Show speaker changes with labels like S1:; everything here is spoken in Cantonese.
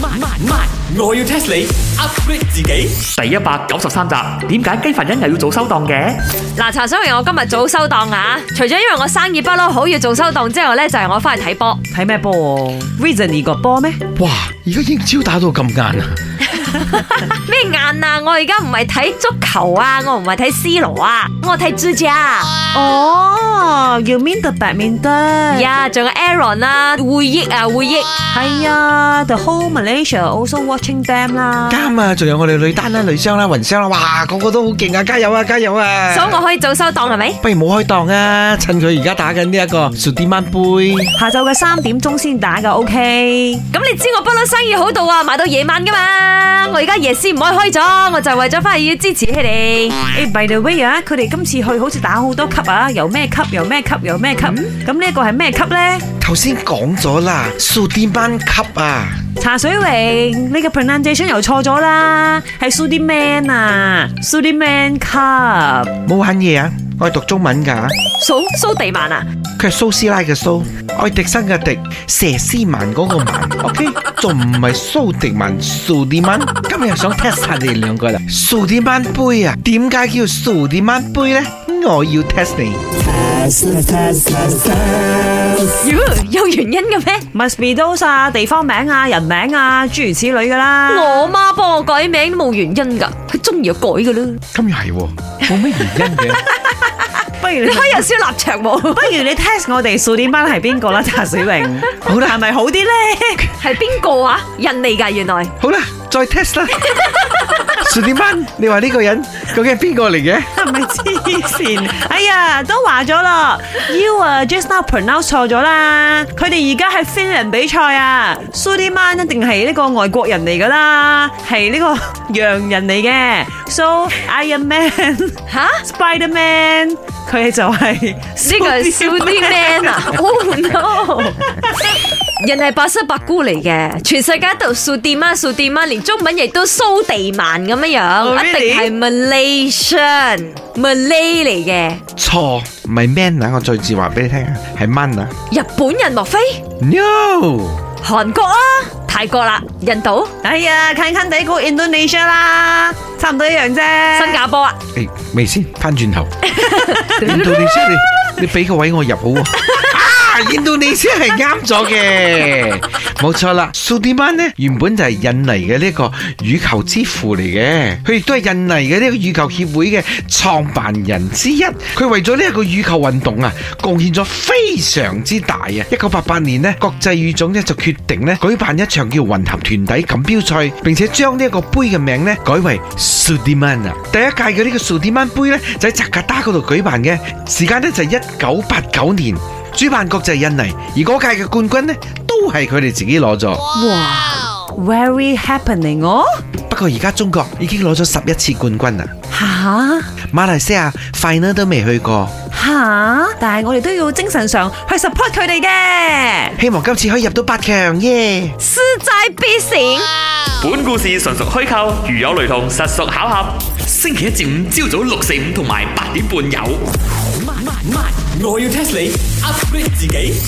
S1: 慢慢慢，我要 test 你 upgrade 自己。
S2: 第一百九十三集，點解雞凡欣又要早收檔嘅？
S3: 嗱，茶水榮，我今日早收檔啊！除咗因為我生意不嬲好要早收檔之外咧，就係、我翻去睇波。
S4: 睇咩波？Reason 個波咩？
S5: 哇！而家英超打到咁晏啊！
S3: 咩眼啊！我而家唔係睇足球啊，我唔係睇 C 羅啊，我睇珠姐啊，
S4: 哦，要 mean the badminton。
S3: 呀，仲有 Aaron 啦、啊，會益啊，會益。
S4: 係啊，the whole Malaysia also watching them 啦。
S5: 啱啊！仲有我哋女單啦、女雙啦、雲雙啦，哇！個個都好勁啊！加油啊！加油啊！
S3: 所以我可以早收檔係咪？
S5: 不如冇開檔啊！趁佢而家打緊呢一個 s u d i m a n 杯。
S4: 下晝嘅三點鐘先打噶，OK。
S3: 咁你知我不嬲生意好到啊，賣到夜晚噶嘛。我而家夜市唔可以開咗，我就為咗翻去要支持佢哋。
S4: 誒，by the way 啊，佢哋今次去好似打好多級啊，有咩級，有咩級，有咩級。咁呢一個係咩級咧？
S5: 頭先講咗啦 s u d i m a n 級啊！
S4: 茶水榮，你嘅 pronunciation 又錯咗啦，係 Sudiman 啊，Sudiman Cup。
S5: 冇玩嘢啊！我係讀中文㗎，
S3: 蘇蘇地曼啊，
S5: 佢係蘇師奶嘅蘇，愛迪生嘅迪，佘詩曼嗰個曼，OK，仲唔係蘇迪曼 s u d i m a n 今日想 test 下你哋兩個啦 s u d i m a n 杯啊，點解叫 s u d i m a n 杯呢？我要 test 你。
S3: 妖有原因嘅咩？
S4: must be those à, 啊，地方名啊、人名啊，諸如此類噶啦。
S3: 我媽幫我改名都冇原因噶，佢中意就改噶啦。
S5: 今日係喎，冇咩原因嘅。
S4: 不如你
S3: 你可以有少立場冇？
S4: 不如你 test 我哋數點班係邊個啦，茶水 榮。好啦，係咪好啲咧？
S3: 係邊個啊？人嚟噶，原來
S5: 好啦，再 test 啦。s u d i m a n 你話呢個人究竟係邊個嚟嘅？
S4: 係咪黐線？哎呀，都話咗啦，you 啊 just now pronounce 錯咗啦。佢哋而家喺 Finland 比賽啊，蘇迪曼一定係呢個外國人嚟噶啦，係呢個 洋人嚟嘅。So Iron Man、
S3: 吓？
S4: Spider Man，佢就係
S3: 呢個係少啲 man 啊！Oh no！人係白色白姑嚟嘅，全世界都數地曼數地曼，連中文亦都蘇地曼咁樣樣
S4: Oh, really？
S3: 一定係 Malaysian Malay 嚟嘅。
S5: 錯，唔係 man 啊！我再次話俾你聽啊，係 man 啊。
S3: 日本人莫非？
S5: No。
S3: 韓國啊，泰國啦，印度、
S4: 哎呀，近近地估 Indonesia 啦，差唔多一樣啫。
S3: 新加坡啊，
S5: 诶，未先，翻轉頭，印度尼西亞你你俾個位我入好喎。啊，印度尼西亞係啱咗嘅，冇錯啦。蘇迪曼呢原本就係印尼嘅呢一個羽球之父嚟嘅，佢亦都係印尼嘅呢個羽球協會嘅創辦人之一。佢為咗呢一個羽球運動啊，貢獻咗非常之大啊！一九八八年呢，國際羽總呢就決定呢舉辦一場叫混合團體錦標賽，並且將呢一個杯嘅名呢改為 s u d i m a n 啊。第一屆嘅呢個 s u d i m a n 杯呢，就喺扎格達嗰度舉辦嘅，時間呢就係一九八九年。主辦國就係印尼，而嗰屆嘅冠軍呢，都係佢哋自己攞咗。
S4: Very happening 哦，
S5: 不過而家中國已經攞咗十一次冠軍啦，
S4: 吓
S5: 馬來西亞 final 都未去過，
S4: 吓，但係我哋都要精神上去 support 佢哋嘅。
S5: 希望今次可以入到八強耶
S3: 勢在必行。
S2: 本故事純屬虛構，如有雷同，實屬巧合。星期一至五朝早六四五同埋八點半有。
S1: 慢慢慢，我要 test 你 upgrade 自己。